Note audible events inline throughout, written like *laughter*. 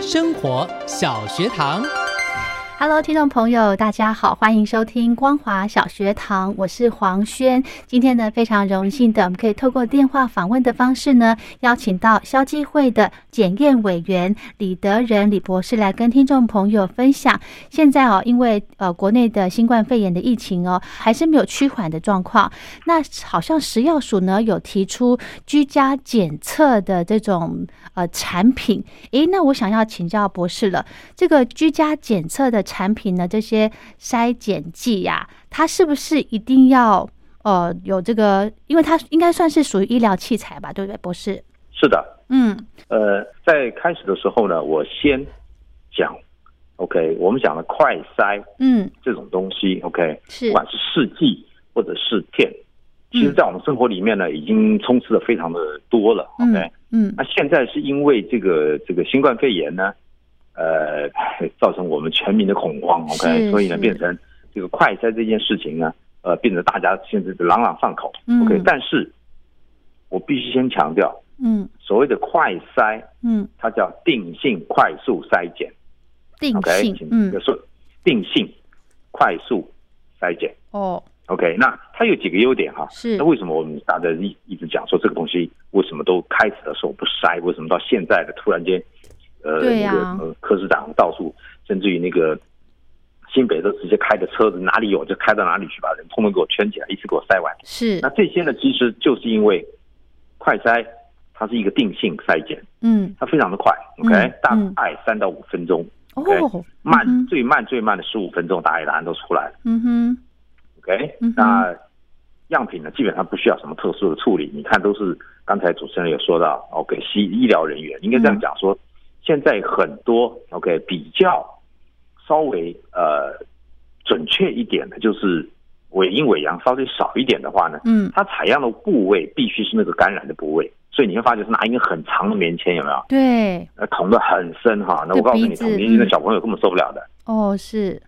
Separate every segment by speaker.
Speaker 1: 生活小学堂，
Speaker 2: Hello，听众朋友，大家好，欢迎收听光华小学堂，我是黄轩。今天呢，非常荣幸的，我们可以透过电话访问的方式呢，邀请到消基会的检验委员李德仁李博士来跟听众朋友分享。现在哦，因为呃国内的新冠肺炎的疫情哦，还是没有趋缓的状况。那好像食药署呢有提出居家检测的这种呃产品，诶，那我想要请教博士了，这个居家检测的产品呢，这些筛检剂呀、它是不是一定要呃有这个？因为它应该算是属于医疗器材吧，对不对，博士？
Speaker 3: 是的，
Speaker 2: 嗯
Speaker 3: 呃，在开始的时候呢，我先讲，OK，我们讲的快筛
Speaker 2: 嗯，
Speaker 3: 这种东西，OK，
Speaker 2: 是
Speaker 3: 不管是试剂或者是片，其实，
Speaker 2: 嗯
Speaker 3: 在我们生活里面呢，已经充斥的非常的多了，OK、
Speaker 2: 嗯
Speaker 3: 那现在是因为这个这个新冠肺炎呢，呃，造成我们全民的恐慌
Speaker 2: 是
Speaker 3: ，OK，所以呢，
Speaker 2: 是
Speaker 3: 变成这个快筛这件事情呢，呃，变得大家现在朗朗上口
Speaker 2: 嗯
Speaker 3: ，OK，、但是我必须先强调，
Speaker 2: 嗯
Speaker 3: 所谓的快筛。
Speaker 2: 嗯，
Speaker 3: 它叫定性快速筛检。
Speaker 2: 定
Speaker 3: OK，
Speaker 2: 性
Speaker 3: 请
Speaker 2: 嗯
Speaker 3: 就是定性快速筛检。
Speaker 2: 哦
Speaker 3: OK，那它有几个优点哈。
Speaker 2: 是
Speaker 3: 那为什么我们大家一一直讲说这个东西为什么都开始的时候不筛，为什么到现在的突然间，呃，
Speaker 2: 对啊
Speaker 3: 那
Speaker 2: 呀
Speaker 3: 个呃科室长到处，甚至于那个新北都直接开着车子哪里有就开到哪里去，把人通通给我圈起来，一次给我筛完。
Speaker 2: 是
Speaker 3: 那这些呢，其实就是因为快筛它是一个定性筛检，
Speaker 2: 嗯
Speaker 3: 它非常的快
Speaker 2: 嗯
Speaker 3: ，OK，、大
Speaker 2: 嗯
Speaker 3: 概三到五分钟，
Speaker 2: 哦
Speaker 3: 慢、
Speaker 2: 嗯哼
Speaker 3: 最慢最慢的十五分钟，答案答案都出来了
Speaker 2: 嗯哼
Speaker 3: ，OK，、
Speaker 2: 嗯哼
Speaker 3: 那样品呢基本上不需要什么特殊的处理，你看都是刚才主持人有说到，OK，西医疗人员应该这
Speaker 2: 嗯
Speaker 3: 样讲说，现在很多 OK 比较稍微呃准确一点的，就是尾阴尾阳稍微少一点的话呢，
Speaker 2: 嗯
Speaker 3: 它采样的部位必须是那个感染的部位。所以你会发觉是拿一根很长的棉签，有没有？
Speaker 2: 对
Speaker 3: 呃，捅得很深哈。那
Speaker 2: 对
Speaker 3: 我告诉
Speaker 2: 鼻
Speaker 3: 你，
Speaker 2: 子
Speaker 3: 捅进去的
Speaker 2: 嗯
Speaker 3: 小朋友根本受不了的。
Speaker 2: 哦是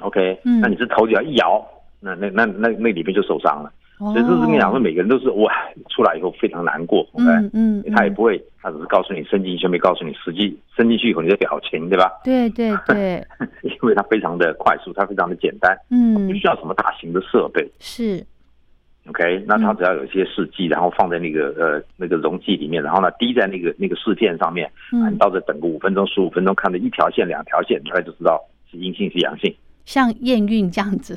Speaker 3: OK，、
Speaker 2: 嗯
Speaker 3: 那你这头只要一摇，那那那那那里面就受伤了。
Speaker 2: 哦
Speaker 3: 所以这是跟你讲说，每个人都是哇，出来以后非常难过。OK，、
Speaker 2: 嗯嗯嗯
Speaker 3: 他也不会，他只是告诉你伸进去，没告诉你实际伸进去以后你的表情，对吧？ *laughs*
Speaker 2: 对对对
Speaker 3: 因为它非常的快速，它非常的简单，
Speaker 2: 嗯
Speaker 3: *laughs* 不需要什么大型的设备。
Speaker 2: 是
Speaker 3: OK，那
Speaker 2: 嗯
Speaker 3: 它只要有一些试剂，然后放在那个呃那个溶剂里面，然后呢滴在那个那个试片上面，啊，你
Speaker 2: 嗯
Speaker 3: 到这等个五分钟、十五分钟，看着一条线、两条线，你大概就知道是阴性是阳性。
Speaker 2: 像验孕这样子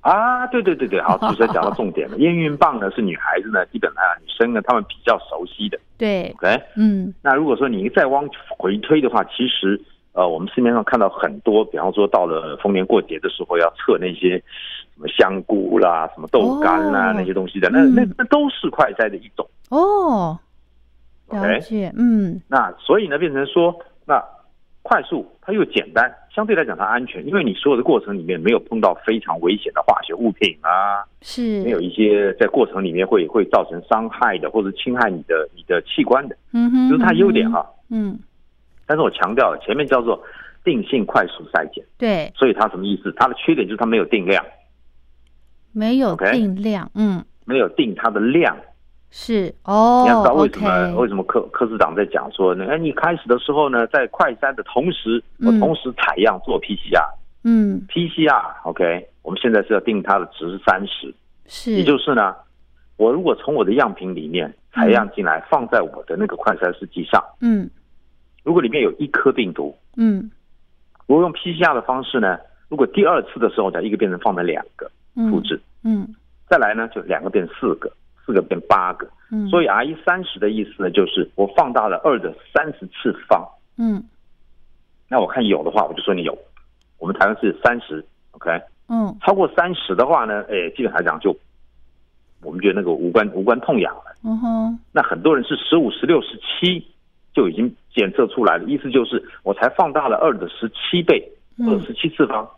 Speaker 3: 啊，对对对对，
Speaker 2: *laughs*
Speaker 3: 好，主持人讲到重点了。验孕棒呢是女孩子呢，基本上女生呢她们比较熟悉的。
Speaker 2: 对
Speaker 3: OK，
Speaker 2: 嗯
Speaker 3: 那如果说你再往回推的话，其实呃，我们市面上看到很多，比方说到了逢年过节的时候要测那些什么香菇啦、什么豆干啦、
Speaker 2: 哦
Speaker 3: 那些东西的，那那
Speaker 2: 嗯
Speaker 3: 那都是快筛的一种。
Speaker 2: 哦了
Speaker 3: OK，
Speaker 2: 解嗯
Speaker 3: 那所以呢，变成说那快速它又简单，相对来讲它安全，因为你所有的过程里面没有碰到非常危险的化学物品啊。
Speaker 2: 是
Speaker 3: 没有一些在过程里面会会造成伤害的或者侵害你的你的器官的，
Speaker 2: 嗯哼
Speaker 3: 这是它优点哈、
Speaker 2: 嗯哼嗯
Speaker 3: 但是我强调了，前面叫做定性快速筛检，
Speaker 2: 对
Speaker 3: 所以它什么意思？它的缺点就是它没有定量，
Speaker 2: 没有
Speaker 3: OK
Speaker 2: 定量嗯
Speaker 3: 没有定它的量。
Speaker 2: 是哦
Speaker 3: 你要知道为什
Speaker 2: OK
Speaker 3: 么、为什么科科室长在讲说呢？哎，你开始的时候呢，在快筛的同时，我
Speaker 2: 嗯
Speaker 3: 同时采样做 PCR，PCR、
Speaker 2: 嗯
Speaker 3: OK，我们现在是要定它的值是三十，
Speaker 2: 是
Speaker 3: 也就是呢，我如果从我的样品里面采样进来，放在我的那个快筛试剂上。
Speaker 2: 嗯
Speaker 3: 如果里面有一颗病毒，
Speaker 2: 嗯
Speaker 3: 如果用 PCR 的方式呢，如果第二次的时候呢，一个变成放了两个，
Speaker 2: 嗯
Speaker 3: 复制。
Speaker 2: 嗯
Speaker 3: 再来呢，就两个变四个，四个变八个。
Speaker 2: 嗯，
Speaker 3: 所
Speaker 2: 以
Speaker 3: 以 R 一三十的意思呢，就是我放大了二的三十次方。
Speaker 2: 嗯
Speaker 3: 那我看有的话，我就说你有。我们台湾是三十，OK，
Speaker 2: 嗯
Speaker 3: 超过三十的话呢，哎，基本上讲就我们觉得那个无关无关痛痒了。
Speaker 2: 嗯哼
Speaker 3: 那很多人是十五、十六、十七就已经检测出来了，意思就是我才放大了二的十七倍，二
Speaker 2: 嗯
Speaker 3: 十七次方。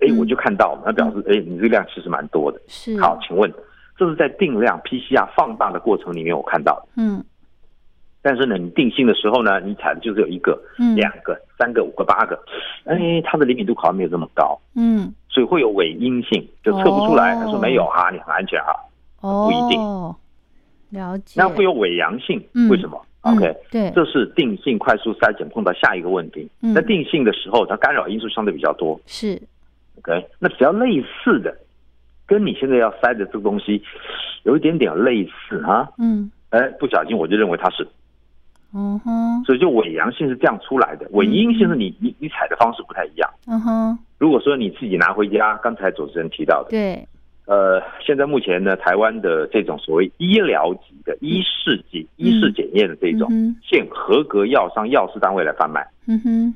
Speaker 3: 哎，
Speaker 2: 嗯
Speaker 3: 我就看到了，那表示哎，你这个量其实蛮多的。
Speaker 2: 是
Speaker 3: 好，请问这是在定量 PCR 放大的过程里面我看到的，
Speaker 2: 嗯
Speaker 3: 但是呢，你定性的时候呢，你采的就是有一个、
Speaker 2: 嗯
Speaker 3: 两个、三个、五个、八个，哎，它的灵敏度好像没有这么高，
Speaker 2: 嗯
Speaker 3: 所以会有伪阴性，就测不出来。
Speaker 2: 哦
Speaker 3: 他说没有啊，你很安全啊。
Speaker 2: 哦
Speaker 3: 不一定
Speaker 2: 了解
Speaker 3: 那会有伪阳性
Speaker 2: 嗯，
Speaker 3: 为什么、
Speaker 2: 嗯
Speaker 3: o k
Speaker 2: 对
Speaker 3: 这是定性快速筛检碰到下一个问题。
Speaker 2: 嗯
Speaker 3: 在定性的时候，它干扰因素相对比较多。
Speaker 2: 是
Speaker 3: OK，那只要类似的，跟你现在要筛的这个东西有一点点类似啊，
Speaker 2: 嗯
Speaker 3: 哎，不小心我就认为它是，
Speaker 2: 嗯哼
Speaker 3: 所以就伪阳性是这样出来的，伪阴性是你你你采的方式不太一样。
Speaker 2: 嗯哼
Speaker 3: 如果说你自己拿回家，刚才主持人提到的，
Speaker 2: 对
Speaker 3: 呃，现在目前呢，台湾的这种所谓医疗级的、医事级、医事检验的这种，
Speaker 2: 嗯
Speaker 3: 现合格药商、药师单位来贩卖，
Speaker 2: 哼嗯哼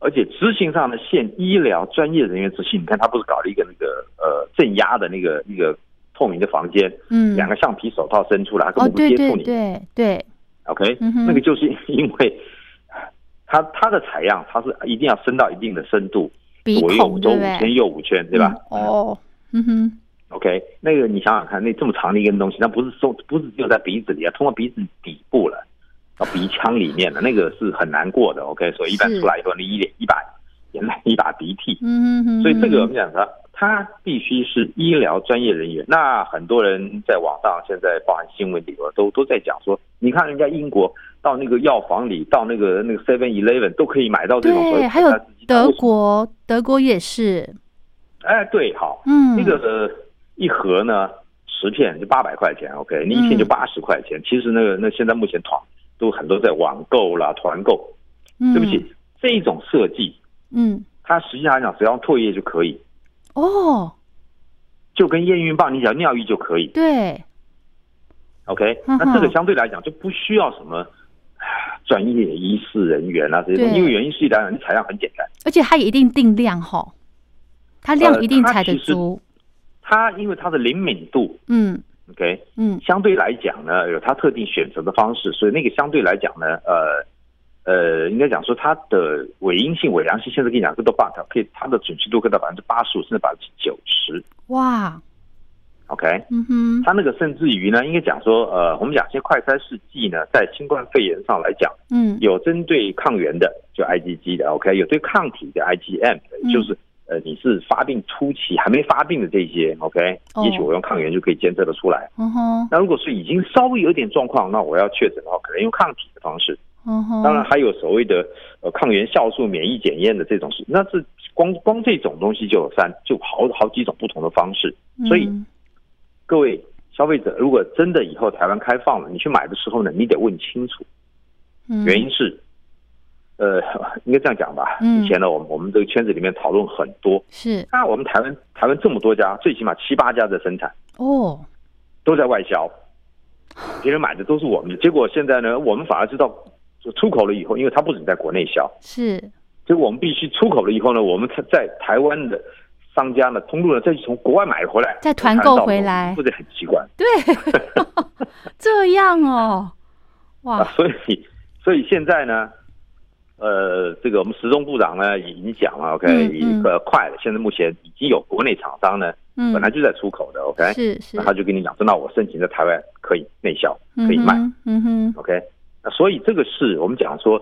Speaker 3: 而且执行上呢，现医疗专业人员执行，你看他不是搞了一个那个呃镇压的那个那个透明的房间，
Speaker 2: 嗯
Speaker 3: 两个橡皮手套伸出来，他
Speaker 2: 哦
Speaker 3: 根本不
Speaker 2: 对
Speaker 3: 接触
Speaker 2: 对
Speaker 3: 你、
Speaker 2: 对对
Speaker 3: o k
Speaker 2: 嗯哼
Speaker 3: 那个就是因为他他的采样，他是一定要伸到一定的深度，
Speaker 2: 鼻
Speaker 3: 左右
Speaker 2: 孔对
Speaker 3: 左五
Speaker 2: 不对
Speaker 3: 圈，右五圈，对吧？
Speaker 2: 嗯哦嗯哼
Speaker 3: OK，那个你想想看，那这么长的一根东西，那不是说不是只有在鼻子里啊，通过鼻子底部了，到鼻腔里面了，那个是很难过的。OK，所以一般
Speaker 2: 是
Speaker 3: 出来以后，你一脸一把眼泪，一把鼻涕。
Speaker 2: 嗯哼嗯哼
Speaker 3: 所以这个我们讲的，他必须是医疗专业人员。那很多人在网上现在包含新闻里头都都在讲说，你看人家英国到那个药房里，到那个那个 Seven Eleven 都可以买到这种所谓
Speaker 2: 对
Speaker 3: 的
Speaker 2: 还有
Speaker 3: 他自己
Speaker 2: 德，国德国也是
Speaker 3: 哎，对，好，
Speaker 2: 嗯
Speaker 3: 那个呃一盒呢十片就八百块钱，OK，你一片就
Speaker 2: 嗯
Speaker 3: 八十块钱。其实那个那现在目前团都很多在网购啦、团购，对不起，这一种设计，
Speaker 2: 嗯嗯嗯
Speaker 3: 它实际上来讲只要唾液就可以，
Speaker 2: 哦
Speaker 3: 就跟验孕棒你只要尿液就可以
Speaker 2: 对
Speaker 3: ，OK。
Speaker 2: 嗯
Speaker 3: 那这个
Speaker 2: 哼
Speaker 3: 相对来讲就不需要什么。唉专业医师人员啊，这些东西，
Speaker 2: 对
Speaker 3: 因为原因是来讲，你采样很简单。
Speaker 2: 而且它也一定定量吼，它量
Speaker 3: 呃
Speaker 2: 一定
Speaker 3: 它
Speaker 2: 采得
Speaker 3: 其实
Speaker 2: 足。
Speaker 3: 它因为它的灵敏度
Speaker 2: 嗯
Speaker 3: ，OK，
Speaker 2: 嗯
Speaker 3: 相对来讲呢，有它特定选择的方式，所以那个相对来讲呢，呃呃，应该讲说它的伪阴性、伪阳性，现在跟你讲，这都 bug，可以它的准确度可以到百分之八十五甚至百分之九十。
Speaker 2: 哇
Speaker 3: OK，
Speaker 2: 嗯哼
Speaker 3: 它那个甚至于呢，应该讲说，呃，我们讲些快筛试剂呢，在新冠肺炎上来讲，
Speaker 2: 嗯
Speaker 3: 有针对抗原的，就 IgG 的，OK，有对抗体的 IgM，的
Speaker 2: 嗯
Speaker 3: 就是。呃，你是发病初期还没发病的这些，OK，
Speaker 2: 哦
Speaker 3: 也许我用抗原就可以监测得出来。
Speaker 2: 嗯哼
Speaker 3: 那如果是已经稍微有点状况，那我要确诊的话，可能用抗体的方式。
Speaker 2: 嗯哼，
Speaker 3: 当然还有所谓的呃抗原酵素免疫检验的这种事，那是光光这种东西就有三，就好好几种不同的方式。所以
Speaker 2: 嗯
Speaker 3: 各位消费者，如果真的以后台湾开放了，你去买的时候呢，你得问清楚，
Speaker 2: 嗯
Speaker 3: 原因是，呃， *laughs* 应该这样讲吧。
Speaker 2: 嗯
Speaker 3: 以前呢，我们我们这个圈子里面讨论很多，
Speaker 2: 是
Speaker 3: 那我们台湾台湾这么多家，最起码七八家在生产。
Speaker 2: 哦
Speaker 3: 都在外销，别人买的都是我们的。结果现在呢，我们反而知道就出口了以后，因为它不准在国内销，
Speaker 2: 是
Speaker 3: 结果我们必须出口了以后呢，我们才在台湾的商家呢、通路呢，再去从国外买回来，
Speaker 2: 再团购回来
Speaker 3: 或者很奇怪 *laughs*
Speaker 2: 对，这样哦，
Speaker 3: 啊
Speaker 2: 哇。
Speaker 3: 所以，所以现在呢。呃，这个我们时钟部长呢已经讲了，OK，
Speaker 2: 嗯
Speaker 3: 也
Speaker 2: 嗯
Speaker 3: 呃快了。现在目前已经有国内厂商呢，
Speaker 2: 嗯
Speaker 3: 本来就在出口的，OK，
Speaker 2: 是是
Speaker 3: 那他就跟你讲说，那我申请在台湾可以内销，可以卖。
Speaker 2: 嗯哼嗯哼
Speaker 3: OK，那所以这个是我们讲说，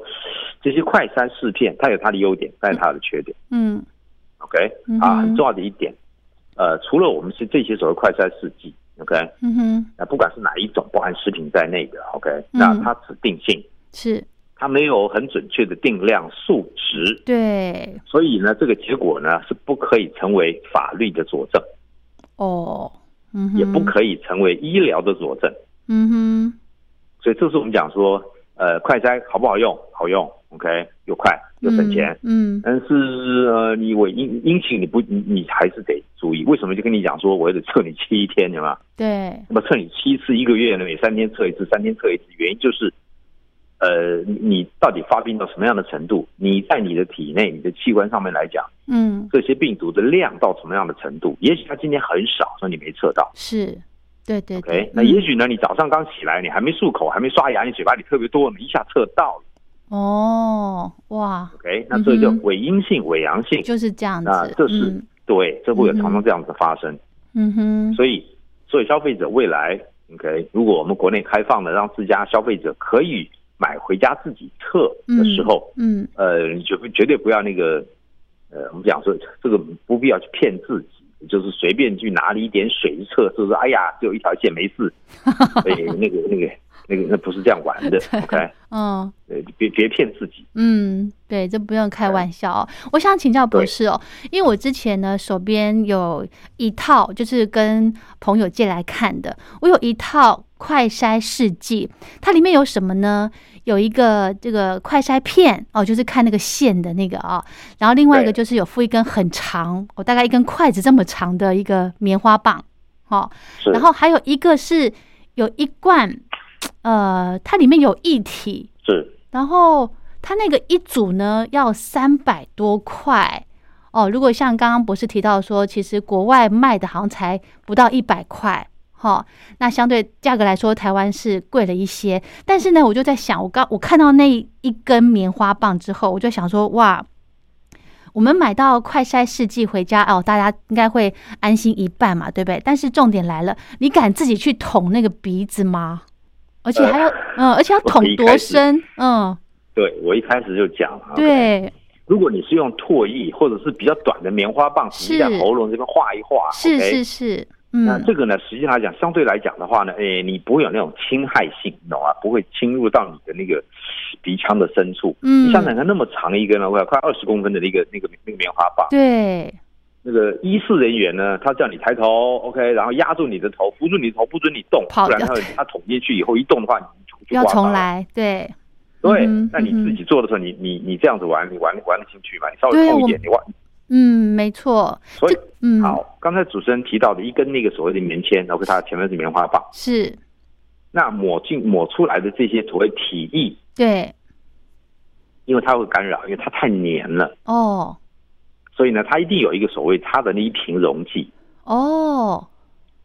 Speaker 3: 这些快筛试片它有它的优点，但是它有它的缺点。
Speaker 2: 嗯
Speaker 3: OK，
Speaker 2: 嗯
Speaker 3: 啊，
Speaker 2: 哼
Speaker 3: 很重要的一点，呃，除了我们是这些所谓快筛试剂，OK，
Speaker 2: 嗯哼
Speaker 3: 那不管是哪一种，包含食品在内的，OK，那
Speaker 2: 嗯
Speaker 3: 它指定性，
Speaker 2: 是
Speaker 3: 它没有很准确的定量数值，
Speaker 2: 对
Speaker 3: 所以呢，这个结果呢是不可以成为法律的佐证，
Speaker 2: 哦嗯哼
Speaker 3: 也不可以成为医疗的佐证。
Speaker 2: 嗯哼
Speaker 3: 所以这是我们讲说，呃，快筛好不好用？好用，OK，又快又省钱。
Speaker 2: 嗯嗯
Speaker 3: 但是呃，你我阴阴性你不你你还是得注意。为什么就跟你讲说我得测你七天，有没有？
Speaker 2: 对，
Speaker 3: 那么测你七次，一个月呢，每三天测一次，三天测一次，原因就是，呃，你你到底发病到什么样的程度？你在你的体内、你的器官上面来讲，
Speaker 2: 嗯，
Speaker 3: 这些病毒的量到什么样的程度？也许它今天很少，所以你没测到。
Speaker 2: 是，对对对嗯
Speaker 3: OK，那也许呢，你早上刚起来，你还没漱口，还没刷牙，你嘴巴里特别多，你一下测到
Speaker 2: 嗯
Speaker 3: 了。
Speaker 2: 哦，哇，
Speaker 3: OK，那这就
Speaker 2: 嗯哼
Speaker 3: 伪阴性、伪阳性，
Speaker 2: 就是这样子
Speaker 3: 那，这是、
Speaker 2: 嗯
Speaker 3: 对，这会有常
Speaker 2: 嗯哼
Speaker 3: 常这样子发生。
Speaker 2: 嗯哼，
Speaker 3: 所以，所以消费者未来，OK，如果我们国内开放了，让自家消费者可以买回家自己测的时候，
Speaker 2: 嗯，
Speaker 3: 呃，你绝绝对不要那个，呃，我们讲说这个不必要去骗自己。就是随便去拿了一点水一测，就是哎呀，只有一条线没
Speaker 2: *laughs*
Speaker 3: 事，所以那个那个那个那不是这样玩
Speaker 2: *laughs*
Speaker 3: 的，OK，
Speaker 2: 嗯。
Speaker 3: 呃，别别骗自己。
Speaker 2: 嗯，对，这不用开玩笑哦。我想请教博
Speaker 3: 对
Speaker 2: 士哦，因为我之前呢手边有一套，就是跟朋友借来看的，我有一套快筛试剂，它里面有什么呢？有一个这个快筛片哦，就是看那个线的那个啊、然后另外一个
Speaker 3: 对
Speaker 2: 就是有附一根很长，我、哦、大概一根筷子这么长的一个棉花棒，哦，
Speaker 3: 是
Speaker 2: 然后还有一个是有一罐，呃，它里面有液体，
Speaker 3: 是
Speaker 2: 然后它那个一组呢要三百多块哦。如果像刚刚博士提到说，其实国外卖的好像才不到一百块。哈、那相对价格来说，台湾是贵了一些。但是呢，我就在想，我刚我看到那一根棉花棒之后，我就想说，哇，我们买到快筛试剂回家哦，大家应该会安心一半嘛，对不对？但是重点来了，你敢自己去捅那个鼻子吗？而且还要，嗯，而且要
Speaker 3: 我
Speaker 2: 捅
Speaker 3: 一
Speaker 2: 多
Speaker 3: 开始
Speaker 2: 深？嗯，
Speaker 3: 对我一开始就讲了，
Speaker 2: 对，
Speaker 3: 如果你是用唾液或者是比较短的棉花棒，
Speaker 2: 是
Speaker 3: 只在喉咙这边画一画，
Speaker 2: 是
Speaker 3: OK？
Speaker 2: 是是，
Speaker 3: 那
Speaker 2: 嗯，
Speaker 3: 这个呢，实际上来讲，相对来讲的话呢，诶、你不会有那种侵害性，你懂啊？不会侵入到你的那个鼻腔的深处。
Speaker 2: 嗯
Speaker 3: 你想想看，那么长一根呢，快快二十公分的那个那个那个棉花棒，
Speaker 2: 对，
Speaker 3: 那个医事人员呢，他叫你抬头，OK，然后压住你的头，扶住你的头，不准你动，
Speaker 2: 跑
Speaker 3: 不然他
Speaker 2: 掉
Speaker 3: 他捅进去以后一动的话，你就就
Speaker 2: 要
Speaker 3: 挂
Speaker 2: 重
Speaker 3: 了。
Speaker 2: 来，对，
Speaker 3: 对
Speaker 2: 嗯哼，
Speaker 3: 那你自己做的时候，你你你这样子玩，你玩玩得进去吗？你稍
Speaker 2: 对
Speaker 3: 微
Speaker 2: 啊
Speaker 3: 痛一
Speaker 2: 我
Speaker 3: 点，你玩。
Speaker 2: 嗯，没错，
Speaker 3: 所以
Speaker 2: 嗯，
Speaker 3: 好，刚才主持人提到的一根那个所谓的棉签，然后它前面是棉花棒，
Speaker 2: 是，
Speaker 3: 那抹进抹出来的这些所谓体液，
Speaker 2: 对，
Speaker 3: 因为它会干扰，因为它太黏了，
Speaker 2: 哦，
Speaker 3: 所以呢，它一定有一个所谓它的那一瓶溶剂。
Speaker 2: 哦，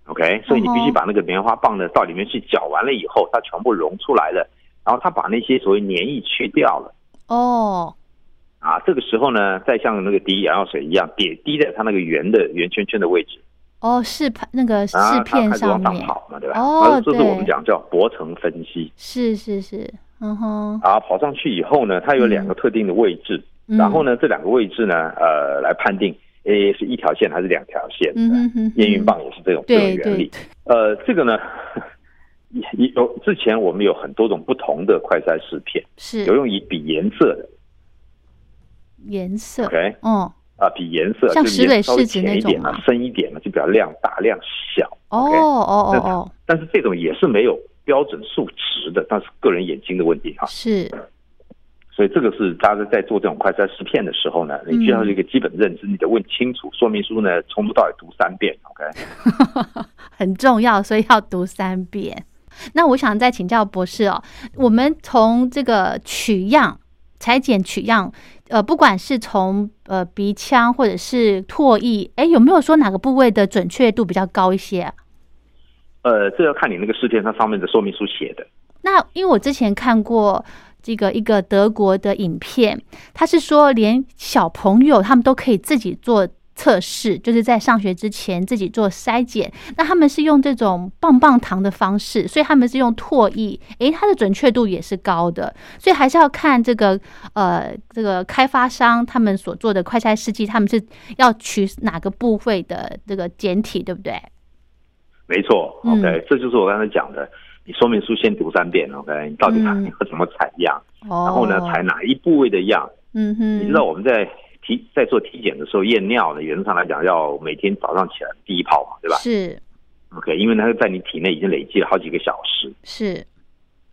Speaker 3: OK，所以你必须
Speaker 2: 嗯哼
Speaker 3: 把那个棉花棒呢到里面去搅完了以后，它全部溶出来了，然后它把那些所谓黏液去掉了
Speaker 2: 哦，
Speaker 3: 啊。这个时候呢，再像那个滴眼药水一样点滴在它那个圆的圆圈圈的位置，
Speaker 2: 哦，试片那个试
Speaker 3: 啊，它
Speaker 2: 片
Speaker 3: 开始
Speaker 2: 上
Speaker 3: 往上
Speaker 2: 面，
Speaker 3: 跑嘛，对吧？
Speaker 2: 哦
Speaker 3: 然后这是我
Speaker 2: 对
Speaker 3: 们讲叫薄层分析。
Speaker 2: 是是是，嗯哼，
Speaker 3: 啊，跑上去以后呢，它有两个特定的位置，
Speaker 2: 嗯
Speaker 3: 然后呢，这两个位置呢，呃，来判定，诶，是一条线还是两条线？
Speaker 2: 嗯哼哼哼，
Speaker 3: 验孕棒也是这种这种
Speaker 2: 对
Speaker 3: 原
Speaker 2: 对
Speaker 3: 理。，呃，这个呢， *laughs* 也也有之前我们有很多种不同的快筛试片，
Speaker 2: 是
Speaker 3: 有用以比颜色的
Speaker 2: 颜色，
Speaker 3: ，OK，
Speaker 2: 哦
Speaker 3: 啊，比颜色，
Speaker 2: 像
Speaker 3: 就是
Speaker 2: 石蕊
Speaker 3: 颜色稍微
Speaker 2: 试纸那
Speaker 3: 浅一
Speaker 2: 种
Speaker 3: 点
Speaker 2: 吗
Speaker 3: 啊，深一点呢，就比较量大量小。
Speaker 2: 哦
Speaker 3: OK，
Speaker 2: 哦
Speaker 3: 那
Speaker 2: 哦哦，
Speaker 3: 但是这种也是没有标准数值的，那是个人眼睛的问题哈、
Speaker 2: 是，
Speaker 3: 所以这个是大家在做这种快筛试片的时候呢，
Speaker 2: 嗯
Speaker 3: 你需要有一个基本认知，你得问清楚。说明书呢，从头到尾读三遍，OK？
Speaker 2: *laughs* 很重要，所以要读三遍。那我想再请教博士哦，我们从这个取样、裁剪取样，呃，不管是从呃鼻腔或者是唾液，哎，有没有说哪个部位的准确度比较高一些啊、
Speaker 3: 呃，这要看你那个试片它上面的说明书写的。
Speaker 2: 那因为我之前看过这个一个德国的影片，他是说连小朋友他们都可以自己做测试，就是在上学之前自己做筛检。那他们是用这种棒棒糖的方式，所以他们是用唾液，诶，它的准确度也是高的，所以还是要看这个呃这个开发商他们所做的快筛试剂，他们是要取哪个部位的这个简体，对不对？
Speaker 3: 没错
Speaker 2: 嗯
Speaker 3: ，OK，、这就是我刚才讲的。你说明书先读三遍，OK？你到底哪
Speaker 2: 嗯
Speaker 3: 你要怎么采样，
Speaker 2: 哦
Speaker 3: 然后呢采哪一部位的样？
Speaker 2: 嗯哼，
Speaker 3: 你知道我们在体在做体检的时候验尿呢，原则上来讲要每天早上起来第一泡嘛，对吧
Speaker 2: 是
Speaker 3: ？OK，因为它在你体内已经累积了好几个小时。
Speaker 2: 是，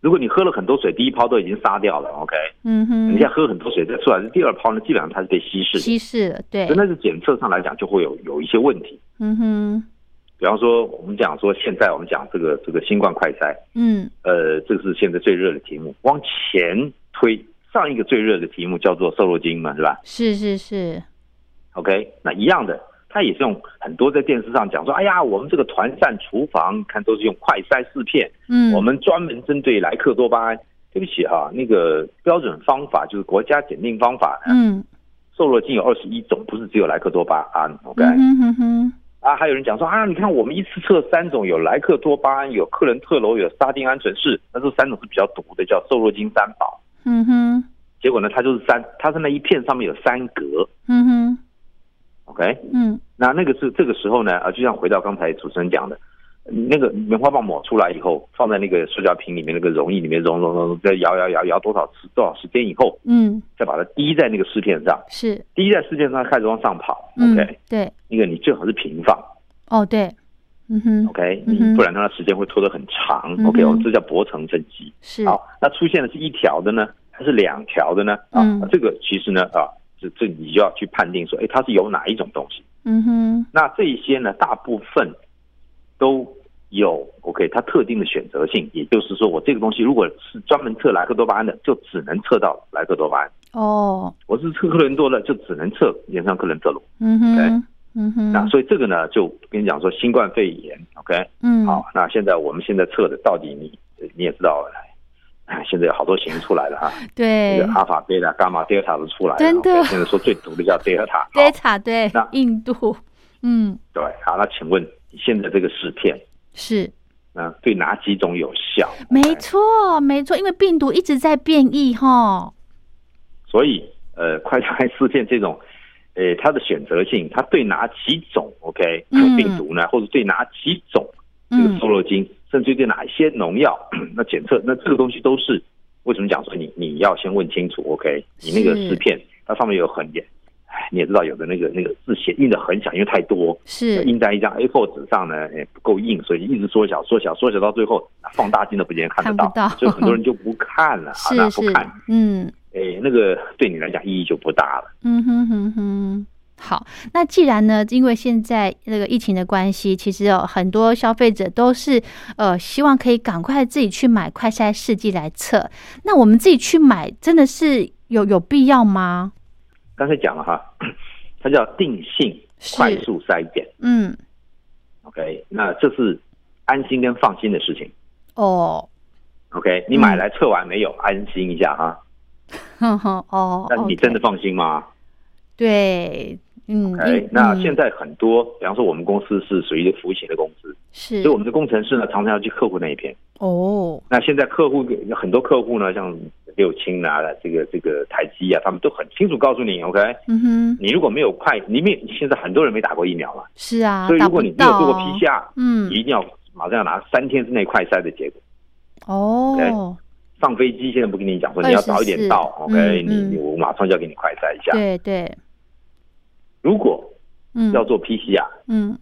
Speaker 3: 如果你喝了很多水，第一泡都已经杀掉了，OK？
Speaker 2: 嗯哼，
Speaker 3: 你现在喝很多水，再出来的第二泡呢，基本上它是被稀释的，
Speaker 2: 稀释了，对
Speaker 3: 所以，那是检测上来讲就会有有一些问题。
Speaker 2: 嗯哼，
Speaker 3: 比方说，我们讲说现在我们讲这个这个新冠快筛，
Speaker 2: 嗯
Speaker 3: 呃，这个是现在最热的题目。往前推，上一个最热的题目叫做瘦肉精嘛，是吧？
Speaker 2: 是是是，
Speaker 3: OK，那一样的，他也是用很多在电视上讲说，哎呀，我们这个团膳厨房看都是用快筛四片，
Speaker 2: 嗯，
Speaker 3: 我们专门针对莱克多巴胺。对不起哈、那个标准方法就是国家检定方法，
Speaker 2: 嗯
Speaker 3: 瘦肉精有二十一种，不是只有莱克多巴胺。OK，、
Speaker 2: 嗯哼哼哼，
Speaker 3: 啊，还有人讲说啊，你看我们一次测三种，有莱克多巴胺，有克伦特罗，有沙丁胺醇，是，那这三种是比较毒的，叫瘦肉精三宝。
Speaker 2: 嗯哼，
Speaker 3: 结果呢，它就是三，它是那一片上面有三格
Speaker 2: 嗯哼，
Speaker 3: ，OK，
Speaker 2: 嗯
Speaker 3: 那那个是这个时候呢，啊，就像回到刚才主持人讲的，那个棉花棒抹出来以后，放在那个塑胶瓶里面那个溶液里面溶溶溶，再摇摇摇摇多少次多少时间以后，
Speaker 2: 嗯，
Speaker 3: 再把它滴在那个试片上，
Speaker 2: 是，
Speaker 3: 滴在试片上开始往上跑、
Speaker 2: 嗯
Speaker 3: o k
Speaker 2: 对，
Speaker 3: 那个你最好是平放
Speaker 2: 哦对，嗯哼，
Speaker 3: ，OK，
Speaker 2: 嗯
Speaker 3: 你
Speaker 2: 哼
Speaker 3: 不然的话时间会拖得很长、
Speaker 2: 嗯哼
Speaker 3: o k 我们这叫薄层沉积。
Speaker 2: 是，
Speaker 3: 好，那出现的是一条的呢，还是两条的呢？啊，
Speaker 2: 嗯
Speaker 3: 这个其实呢，啊，这这你就要去判定说，哎，它是有哪一种东西。
Speaker 2: 嗯哼，
Speaker 3: 那这一些呢，大部分都有 OK，它特定的选择性，也就是说，我这个东西如果是专门测莱克多巴胺的，就只能测到莱克多巴胺；
Speaker 2: 哦，
Speaker 3: 我是测克伦多的，就只能测盐酸克伦特罗。
Speaker 2: 嗯哼，嗯哼，
Speaker 3: 那所以这个呢，就跟你讲说，新冠肺炎 OK，
Speaker 2: 嗯，
Speaker 3: 好，那现在我们现在测的到底你你也知道了。 *coughs* 哎现在有好多型出来了哈，那
Speaker 2: 对
Speaker 3: 个阿法、贝塔、伽马、德尔塔都出来了。
Speaker 2: 真的
Speaker 3: OK，现在说最毒的叫德尔塔。好
Speaker 2: ，data *laughs* 对
Speaker 3: 那，
Speaker 2: 印度，嗯，
Speaker 3: 对，好，那请问你现在这个试片，
Speaker 2: 是，
Speaker 3: 嗯，对哪几种有效？
Speaker 2: 没错没错，因为病毒一直在变异哈，
Speaker 3: 所以呃，快筛试片这种， *laughs* 呃，它的选择性，它对哪几种 OK
Speaker 2: 嗯
Speaker 3: 病毒呢，或者对哪几种这个
Speaker 2: 嗯
Speaker 3: 瘦肉精，甚至于对哪一些农药， *clears throat* 那检测那这个东西都是为什么讲说你你要先问清楚 OK，你那个
Speaker 2: 是
Speaker 3: 试片它上面有很严，哎，你也知道有的那个那个字写印的很小，因为太多。
Speaker 2: 是，
Speaker 3: 印在一张 A4 纸上呢，也不够硬，所以一直缩小、缩小、缩小到最后，放大镜都不见得看得
Speaker 2: 看
Speaker 3: 到，
Speaker 2: 不到
Speaker 3: 所以很多人就不看了。啊，
Speaker 2: *laughs*
Speaker 3: 那
Speaker 2: 是
Speaker 3: 不
Speaker 2: 是
Speaker 3: 看，，
Speaker 2: 嗯
Speaker 3: 哎，那个对你来讲意义就不大了。
Speaker 2: 嗯哼哼哼。好，那既然呢，因为现在那个疫情的关系，其实有很多消费者都是呃希望可以赶快自己去买快筛试剂来测。那我们自己去买，真的是有有必要吗？
Speaker 3: 刚才讲了哈，它叫定性
Speaker 2: 是
Speaker 3: 快速筛检
Speaker 2: 嗯，
Speaker 3: ，OK，那这是安心跟放心的事情。
Speaker 2: 哦，
Speaker 3: OK，你
Speaker 2: 嗯
Speaker 3: 买来测完没有？安心一下哈。
Speaker 2: 哼哼，哦，
Speaker 3: 那你真的
Speaker 2: OK
Speaker 3: 放心吗？
Speaker 2: 对，嗯，
Speaker 3: 哎
Speaker 2: 嗯，
Speaker 3: 那
Speaker 2: 嗯
Speaker 3: 现在很多，比方说我们公司是属于一个服务型的公司，
Speaker 2: 是
Speaker 3: 所以我们的工程师呢，常常要去客户那一边。
Speaker 2: 哦，
Speaker 3: 那现在客户很多客户呢，像六轻啊，这个这个台积啊，他们都很清楚告诉你，OK，
Speaker 2: 嗯哼，
Speaker 3: 你如果没有快，你没现在很多人没打过疫苗嘛，
Speaker 2: 是啊，
Speaker 3: 所以
Speaker 2: 打
Speaker 3: 如果
Speaker 2: 不
Speaker 3: 你没有做过
Speaker 2: 到
Speaker 3: PCR，
Speaker 2: 嗯
Speaker 3: 你，一定要马上要拿三天之内快筛的结果。
Speaker 2: 哦，
Speaker 3: 上飞机现在不跟你讲说你要早一点到
Speaker 2: 24
Speaker 3: ，OK，
Speaker 2: 嗯
Speaker 3: 你
Speaker 2: 嗯
Speaker 3: 你我马上就要给你快筛一下。
Speaker 2: 对对，
Speaker 3: 如果
Speaker 2: 嗯，
Speaker 3: 要做 PCR，
Speaker 2: 嗯，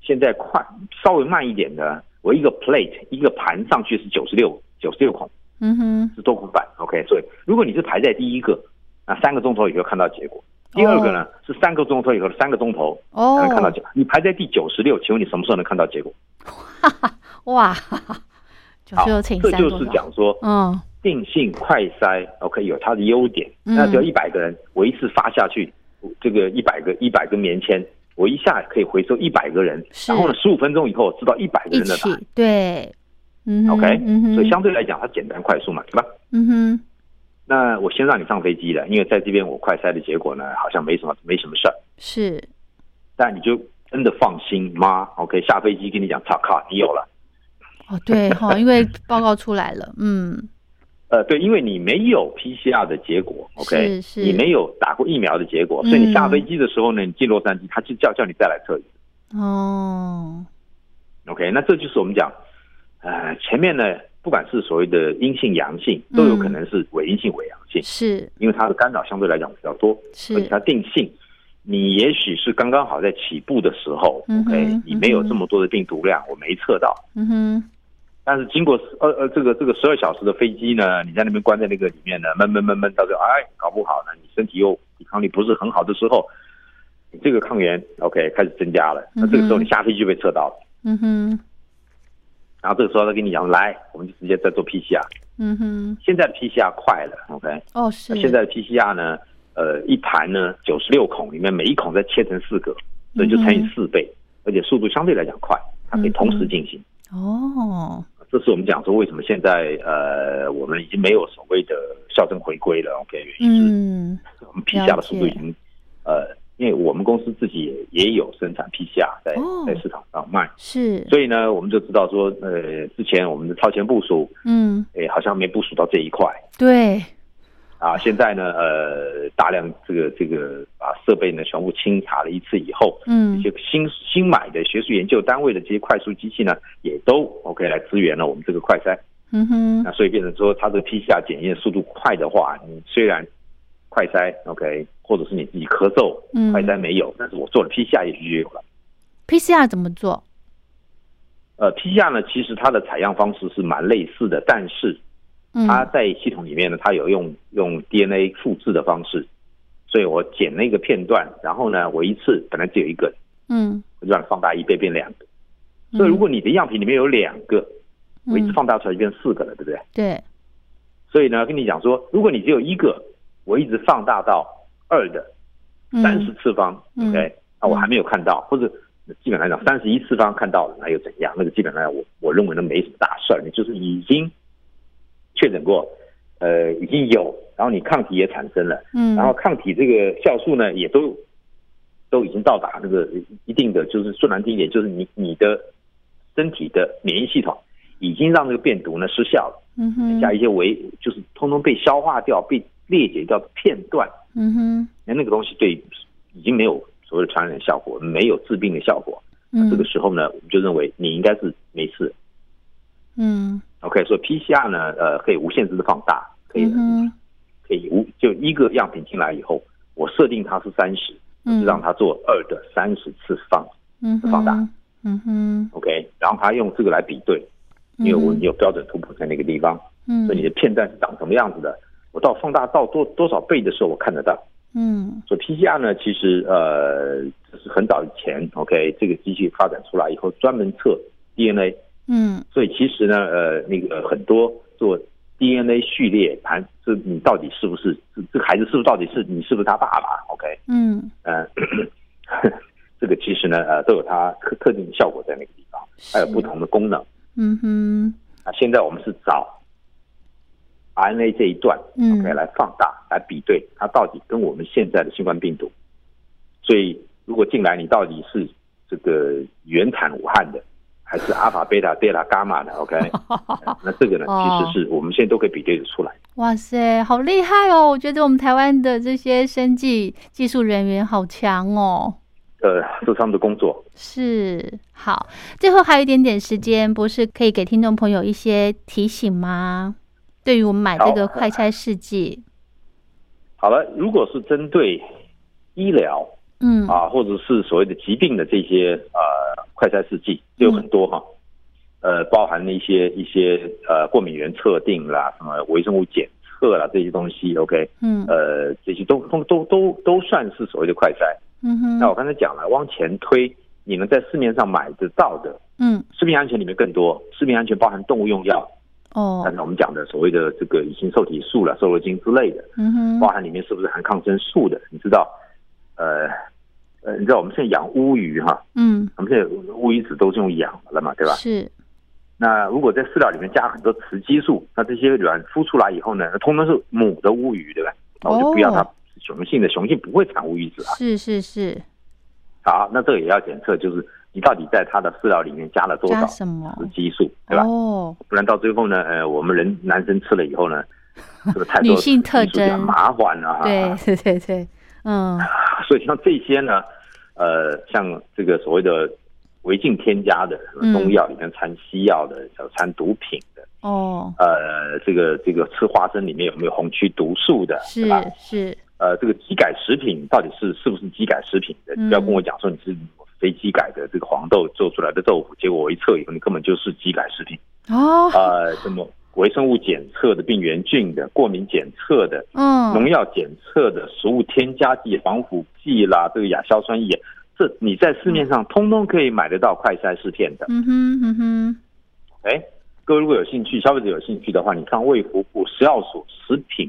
Speaker 3: 现在快稍微慢一点的，我一个 plate 一个盘上去是九十六九十六孔，
Speaker 2: 嗯哼，
Speaker 3: 是多孔板，OK，所以如果你是排在第一个，那三个钟头以后看到结果。第二个呢、是三个钟头以后，三个钟头才能看到
Speaker 2: 哦，
Speaker 3: 结果。你排在第九十六，请问你什么时候能看到结果？
Speaker 2: 哇， *laughs* 九十六乘以
Speaker 3: 这
Speaker 2: 三
Speaker 3: 就
Speaker 2: 多
Speaker 3: 是
Speaker 2: 少？
Speaker 3: 讲说
Speaker 2: 嗯，
Speaker 3: 定性快筛，OK，有它的优点。
Speaker 2: 嗯
Speaker 3: 那只要一百个人，我一次发下去，这个一百个一百个棉签，我一下可以回收一百个人。
Speaker 2: 是
Speaker 3: 然后呢，十五分钟以后知道一百个
Speaker 2: 一
Speaker 3: 人的答案
Speaker 2: 起对，嗯哼
Speaker 3: OK，、
Speaker 2: 嗯哼，
Speaker 3: 所以相对来讲它简单快速嘛，对吧？
Speaker 2: 嗯哼，
Speaker 3: 那我先让你上飞机了，因为在这边我快筛的结果呢，好像没什么没什么事儿。
Speaker 2: 是，
Speaker 3: 但你就真的放心吗？OK，下飞机跟你讲，操靠，你有了。
Speaker 2: 哦对哈，因为报告出来了，嗯，
Speaker 3: 呃，对，因为你没有 PCR 的结果，OK，
Speaker 2: 是是
Speaker 3: 你没有打过疫苗的结果，所
Speaker 2: 嗯
Speaker 3: 以你下飞机的时候呢，你进洛杉矶，他就叫叫你再来测一次
Speaker 2: 哦，
Speaker 3: ，OK，那这就是我们讲，呃，前面呢，不管是所谓的阴性、阳性，都
Speaker 2: 嗯
Speaker 3: 有可能是伪阴性、伪阳性，
Speaker 2: 是
Speaker 3: 因为它的干扰相对来讲比较多，而且
Speaker 2: 是
Speaker 3: 它定性，你也许是刚刚好在起步的时候、
Speaker 2: 嗯哼
Speaker 3: o k 你没有
Speaker 2: 嗯哼
Speaker 3: 这么多的病毒量，我没测到，
Speaker 2: 嗯哼，
Speaker 3: 但是经过呃呃这个这个十二小时的飞机呢，你在那边关在那个里面呢，闷闷闷闷，到最后哎，搞不好呢，你身体又抵抗力不是很好的时候，你这个抗原 OK 开始增加了，那这个时候你下飞机就被测到了，
Speaker 2: 嗯哼，
Speaker 3: 然后这个时候他跟你讲来，我们就直接再做 PCR。
Speaker 2: 嗯哼，
Speaker 3: 现在的 PCR 快了，OK，
Speaker 2: 哦是，
Speaker 3: 那现在的 PCR 呢，呃，一盘呢九十六孔，里面每一孔再切成四个，所以就乘以四倍，而且速度相对来讲快，它可以同时进行。
Speaker 2: 哦，
Speaker 3: 这是我们讲说为什么现在呃我们已经没有所谓的校正回归了，OK，原因是
Speaker 2: 嗯
Speaker 3: 我们 PCR 的速度已经呃，因为我们公司自己也也有生产 PCR 在
Speaker 2: 哦
Speaker 3: 在市场上卖，
Speaker 2: 是，
Speaker 3: 所以呢，我们就知道说呃之前我们的超前部署，
Speaker 2: 嗯
Speaker 3: 诶好像没部署到这一块。
Speaker 2: 对，
Speaker 3: 啊，现在呢，呃，大量这个这个把设备呢全部清查了一次以后，
Speaker 2: 嗯
Speaker 3: 一些新新买的学术研究单位的这些快速机器呢，也都 OK 来支援了我们这个快筛。
Speaker 2: 嗯哼，
Speaker 3: 那所以变成说，它这个 PCR 检验速度快的话，你虽然快筛 OK，或者是你自己咳嗽，
Speaker 2: 嗯
Speaker 3: 快筛没有，但是我做了 PCR 也许就有了。
Speaker 2: PCR 怎么做？
Speaker 3: 呃，PCR 呢，其实它的采样方式是蛮类似的，但是
Speaker 2: 嗯
Speaker 3: 它在系统里面呢，它有用用 DNA 复制的方式，所以我剪那个片段，然后呢，我一次本来只有一个，
Speaker 2: 嗯，
Speaker 3: 我就让它放大一倍变两个。所以如果你的样品里面有两个，我一次
Speaker 2: 嗯
Speaker 3: 放大出来就变四个了，对不对？
Speaker 2: 对，
Speaker 3: 所以呢，跟你讲说，如果你只有一个，我一直放大到二的
Speaker 2: 嗯
Speaker 3: 三十次方、
Speaker 2: 嗯
Speaker 3: o k 那我还没有看到，或者基本来讲三十一次方看到了，那又怎样？那个基本上我我认为那没什么大事儿，你就是已经确诊过，呃，已经有，然后你抗体也产生了，
Speaker 2: 嗯，
Speaker 3: 然后抗体这个酵素呢也都都已经到达那个一定的，就是说难听一点，就是你你的身体的免疫系统已经让这个病毒呢失效了。
Speaker 2: 嗯哼，
Speaker 3: 加一些维，就是通通被消化掉、被裂解掉的片段，
Speaker 2: 嗯哼，
Speaker 3: 那那个东西对已经没有所谓的传染效果，没有治病的效果。那
Speaker 2: 嗯
Speaker 3: 啊这个时候呢，我们就认为你应该是没事。
Speaker 2: 嗯
Speaker 3: OK，所以 PCR 呢，呃，可以无限制的放大，可以、
Speaker 2: 嗯哼
Speaker 3: 可以无就一个样品进来以后，我设定它是三十，
Speaker 2: 嗯
Speaker 3: 让它做二的三十次放
Speaker 2: 嗯哼
Speaker 3: 放大，
Speaker 2: 嗯哼，
Speaker 3: ，OK，然后它用这个来比对，因为我
Speaker 2: 嗯
Speaker 3: 你有标准图谱在那个地方，
Speaker 2: 嗯
Speaker 3: 所以你的片段是长什么样子的，我到放大到多多少倍的时候，我看得到。
Speaker 2: 嗯
Speaker 3: 所以 PCR 呢，其实呃，这是很早以前，OK，这个机器发展出来以后，专门测 DNA，
Speaker 2: 嗯
Speaker 3: 所以其实呢，呃，那个很多做 DNA 序列盘，这你到底是不是这这个孩子是不是到底是你是不是他爸爸？OK，
Speaker 2: 嗯
Speaker 3: 呃， *laughs* 这个其实呢，呃，都有它特特定的效果在那个地方，还有
Speaker 2: 是
Speaker 3: 不同的功能。
Speaker 2: 嗯哼
Speaker 3: 那现在我们是找 RNA 这一段
Speaker 2: 嗯
Speaker 3: ，OK，来放大来比对它到底跟我们现在的新冠病毒。所以如果进来你到底是这个原产武汉的，还是阿尔法、贝塔、德拉、伽马的，OK，呃
Speaker 2: *laughs*
Speaker 3: 那这个呢，
Speaker 2: 哦
Speaker 3: 其实是我们现在都可以比对的出来。
Speaker 2: 哇塞，好厉害哦！我觉得我们台湾的这些生技技术人员好强哦。
Speaker 3: 呃，这是他们的工作。
Speaker 2: 是好，最后还有一点点时间，博士可以给听众朋友一些提醒吗？对于我们买这个
Speaker 3: 好
Speaker 2: 快拆试剂，
Speaker 3: 好了，如果是针对医疗
Speaker 2: 嗯
Speaker 3: 啊，或者是所谓的疾病的这些呃快筛试剂，
Speaker 2: 嗯
Speaker 3: 就有很多哈，呃，包含了一些一些呃过敏原测定啦，什么微生物检测啦这些东西，OK，
Speaker 2: 嗯
Speaker 3: 呃，这些都都都都都算是所谓的快筛。
Speaker 2: 嗯
Speaker 3: 那
Speaker 2: 哼，
Speaker 3: 我刚才讲了，往前推，你能在市面上买得到的
Speaker 2: 嗯
Speaker 3: 食品安全里面更多，食品安全包含动物用药，
Speaker 2: 哦
Speaker 3: 刚，才我们讲的所谓的这个乙型受体素啦、瘦肉精之类的，
Speaker 2: 嗯
Speaker 3: 包
Speaker 2: 哼，
Speaker 3: 含里面是不是含抗生素的？你知道，呃，呃，你知道我们现在养乌鱼哈，
Speaker 2: 嗯
Speaker 3: 我们现在乌鱼子都是用养的了嘛，对吧？
Speaker 2: 是，
Speaker 3: 那如果在饲料里面加很多雌激素，那这些卵孵出来以后呢，通通是母的乌鱼，对吧？那我就不要它
Speaker 2: 哦
Speaker 3: 雄性的，雄性不会产乌鱼子啊。
Speaker 2: 是是是，
Speaker 3: 好，那这个也要检测，就是你到底在它的饲料里面加了多
Speaker 2: 加
Speaker 3: 少
Speaker 2: 什么？
Speaker 3: 雌激素，对吧？
Speaker 2: 哦，
Speaker 3: 不然到最后呢，呃，我们人男生吃了以后呢，这个太多
Speaker 2: 女性特征
Speaker 3: 雌激素就很麻烦了啊哈。
Speaker 2: 对对对对，嗯
Speaker 3: 啊所以像这些呢，呃，像这个所谓的违禁添加的什
Speaker 2: 嗯
Speaker 3: 么中药里面掺西药的，有掺毒品的，
Speaker 2: 哦，
Speaker 3: 呃，这个这个吃花生里面有没有红曲毒素的，
Speaker 2: 是
Speaker 3: 对吧？
Speaker 2: 是，
Speaker 3: 呃，这个机改食品到底是是不是机改食品的？
Speaker 2: 嗯
Speaker 3: 不要跟我讲说你是非机改的这个黄豆做出来的豆腐，结果我一测以后，你根本就是机改食品。
Speaker 2: 哦，
Speaker 3: 呃，什么微生物检测的病原菌的、过敏检测的、
Speaker 2: 嗯
Speaker 3: 农药检测的、食物添加剂、防腐剂啦，这个亚硝酸盐，这你在市面上通通可以买得到快筛试片的。
Speaker 2: 嗯哼嗯哼，
Speaker 3: 哎，各位如果有兴趣，消费者有兴趣的话，你看卫福部食药署食品。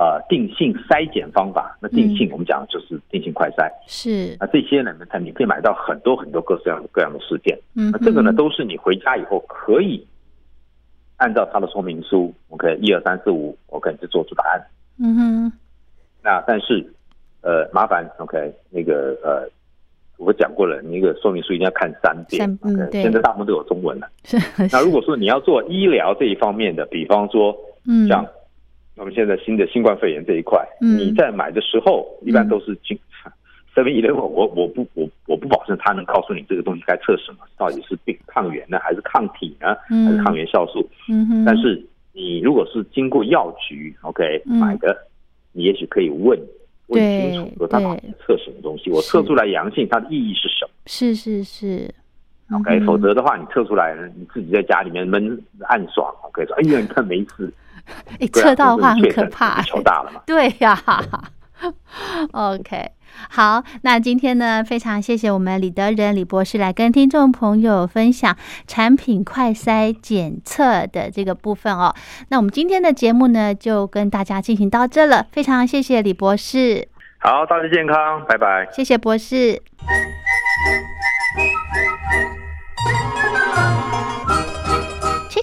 Speaker 3: 呃，定性筛检方法，那定性我们讲的就是定性快筛。
Speaker 2: 是，
Speaker 3: 那这些呢，它你可以买到很多很多各式各样各样的试片。
Speaker 2: 嗯
Speaker 3: 那
Speaker 2: 哼，
Speaker 3: 这个呢，都是你回家以后可以按照它的说明书，OK，一二三四五，OK，就做出答案。
Speaker 2: 嗯哼，
Speaker 3: 那但是，呃，麻烦 OK，那个呃，我讲过了，你那个说明书一定要看三遍。
Speaker 2: 三嗯
Speaker 3: OK，
Speaker 2: 对
Speaker 3: 现在大部分都有中文了。
Speaker 2: 是，
Speaker 3: 那如果说你要做医疗这一方面的，比方说
Speaker 2: 嗯，
Speaker 3: 像我们现在新的新冠肺炎这一块，
Speaker 2: 嗯
Speaker 3: 你在买的时候一般都是进。 *laughs* 这边 eleven，我我不我我不保证他能告诉你这个东西该测什么，到底是病抗原呢，还是抗体呢，还是
Speaker 2: 嗯
Speaker 3: 抗原酵素？
Speaker 2: 嗯哼，
Speaker 3: 但是你如果是经过药局 OK
Speaker 2: 嗯
Speaker 3: 买的，你也许可以问问清楚，
Speaker 2: 对
Speaker 3: 说他到底
Speaker 2: 对
Speaker 3: 测什么东西，我测
Speaker 2: 是
Speaker 3: 出来阳性，它的意义是什么
Speaker 2: 是是是嗯
Speaker 3: ？OK，
Speaker 2: 哼
Speaker 3: 否则的话，你测出来你自己在家里面闷暗爽，OK 说哎呀，你看没事，
Speaker 2: 哎，
Speaker 3: 对啊
Speaker 2: 测到的话
Speaker 3: 就
Speaker 2: 很
Speaker 3: 是确
Speaker 2: 可
Speaker 3: 诊
Speaker 2: 怕，
Speaker 3: 球大了嘛。
Speaker 2: 对呀、OK，好，那今天呢，非常谢谢我们李德仁李博士来跟听众朋友分享产品快筛检测的这个部分哦。那我们今天的节目呢，就跟大家进行到这了，非常谢谢李博士，
Speaker 3: 好，大家健康，拜拜。
Speaker 2: 谢谢博士。吹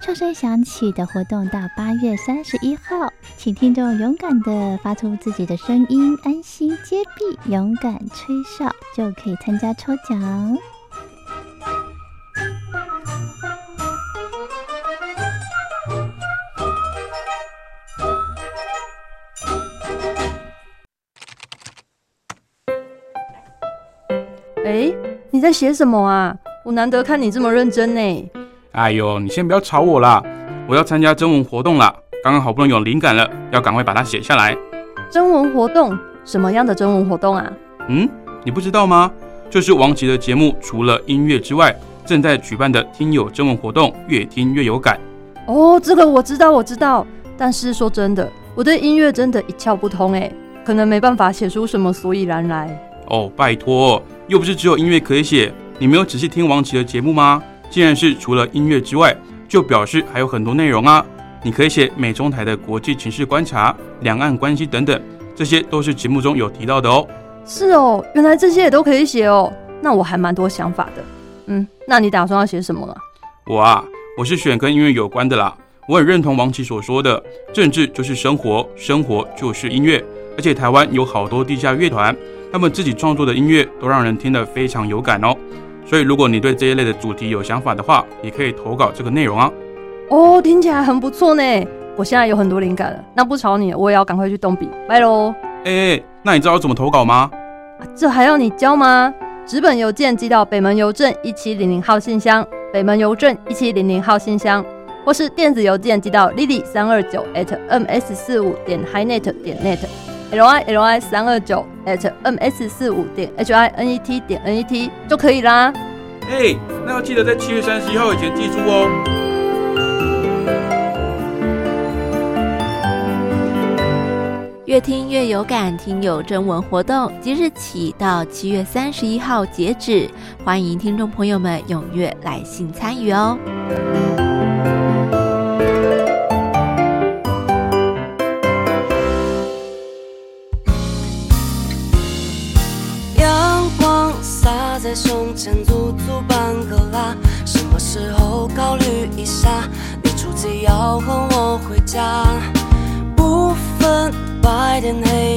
Speaker 2: 哨声响起的活动到八月三十一号，请听众勇敢的发出自己的声音，安心接币，勇敢吹哨就可以参加抽奖。
Speaker 4: 哎，你在写什么啊？我难得看你这么认真呢。
Speaker 5: 哎呦，你先不要吵我啦，我要参加征文活动啦，刚刚好不容易有灵感了，要赶快把它写下来。
Speaker 4: 征文活动，什么样的征文活动啊？
Speaker 5: 嗯，你不知道吗？就是王琦的节目，除了音乐之外，正在举办的听友征文活动，越听越有感。
Speaker 4: 哦，这个我知道，我知道。但是说真的，我对音乐真的一窍不通哎，可能没办法写出什么所以然来。
Speaker 5: 哦，拜托，又不是只有音乐可以写，你没有仔细听王琦的节目吗？既然是除了音乐之外，就表示还有很多内容啊。你可以写美中台的国际情势观察、两岸关系等等，这些都是节目中有提到的哦。
Speaker 4: 是哦，原来这些也都可以写哦。那我还蛮多想法的。嗯，那你打算要写什么了？
Speaker 5: 我啊，我是选跟音乐有关的啦。我很认同王琦所说的，政治就是生活，生活就是音乐。而且台湾有好多地下乐团，他们自己创作的音乐都让人听得非常有感哦。所以，如果你对这一类的主题有想法的话，也可以投稿这个内容啊。
Speaker 4: 哦，听起来很不错呢。我现在有很多灵感了。那不吵你了，我也要赶快去动笔。拜喽。
Speaker 5: 哎，那你知道怎么投稿吗？
Speaker 4: 啊这还要你教吗？纸本邮件寄到北门邮政一七零零号信箱，北门邮政一七零零号信箱，或是电子邮件寄到 lily 三二九 at ms 四五点 hinet 点 net，l i l i 三二九 at ms 四五点 h i n e t 点 n e t 就可以啦。
Speaker 5: 哎，那要记得在七月三十一号以前寄出哦。
Speaker 6: 越听越有感听友征文活动即日起到七月三十一号截止，欢迎听众朋友们踊跃来信参与哦。
Speaker 7: 阳光洒在胸前，足足把吧？什么时候考虑一下？你出机要和我回家，不分白天黑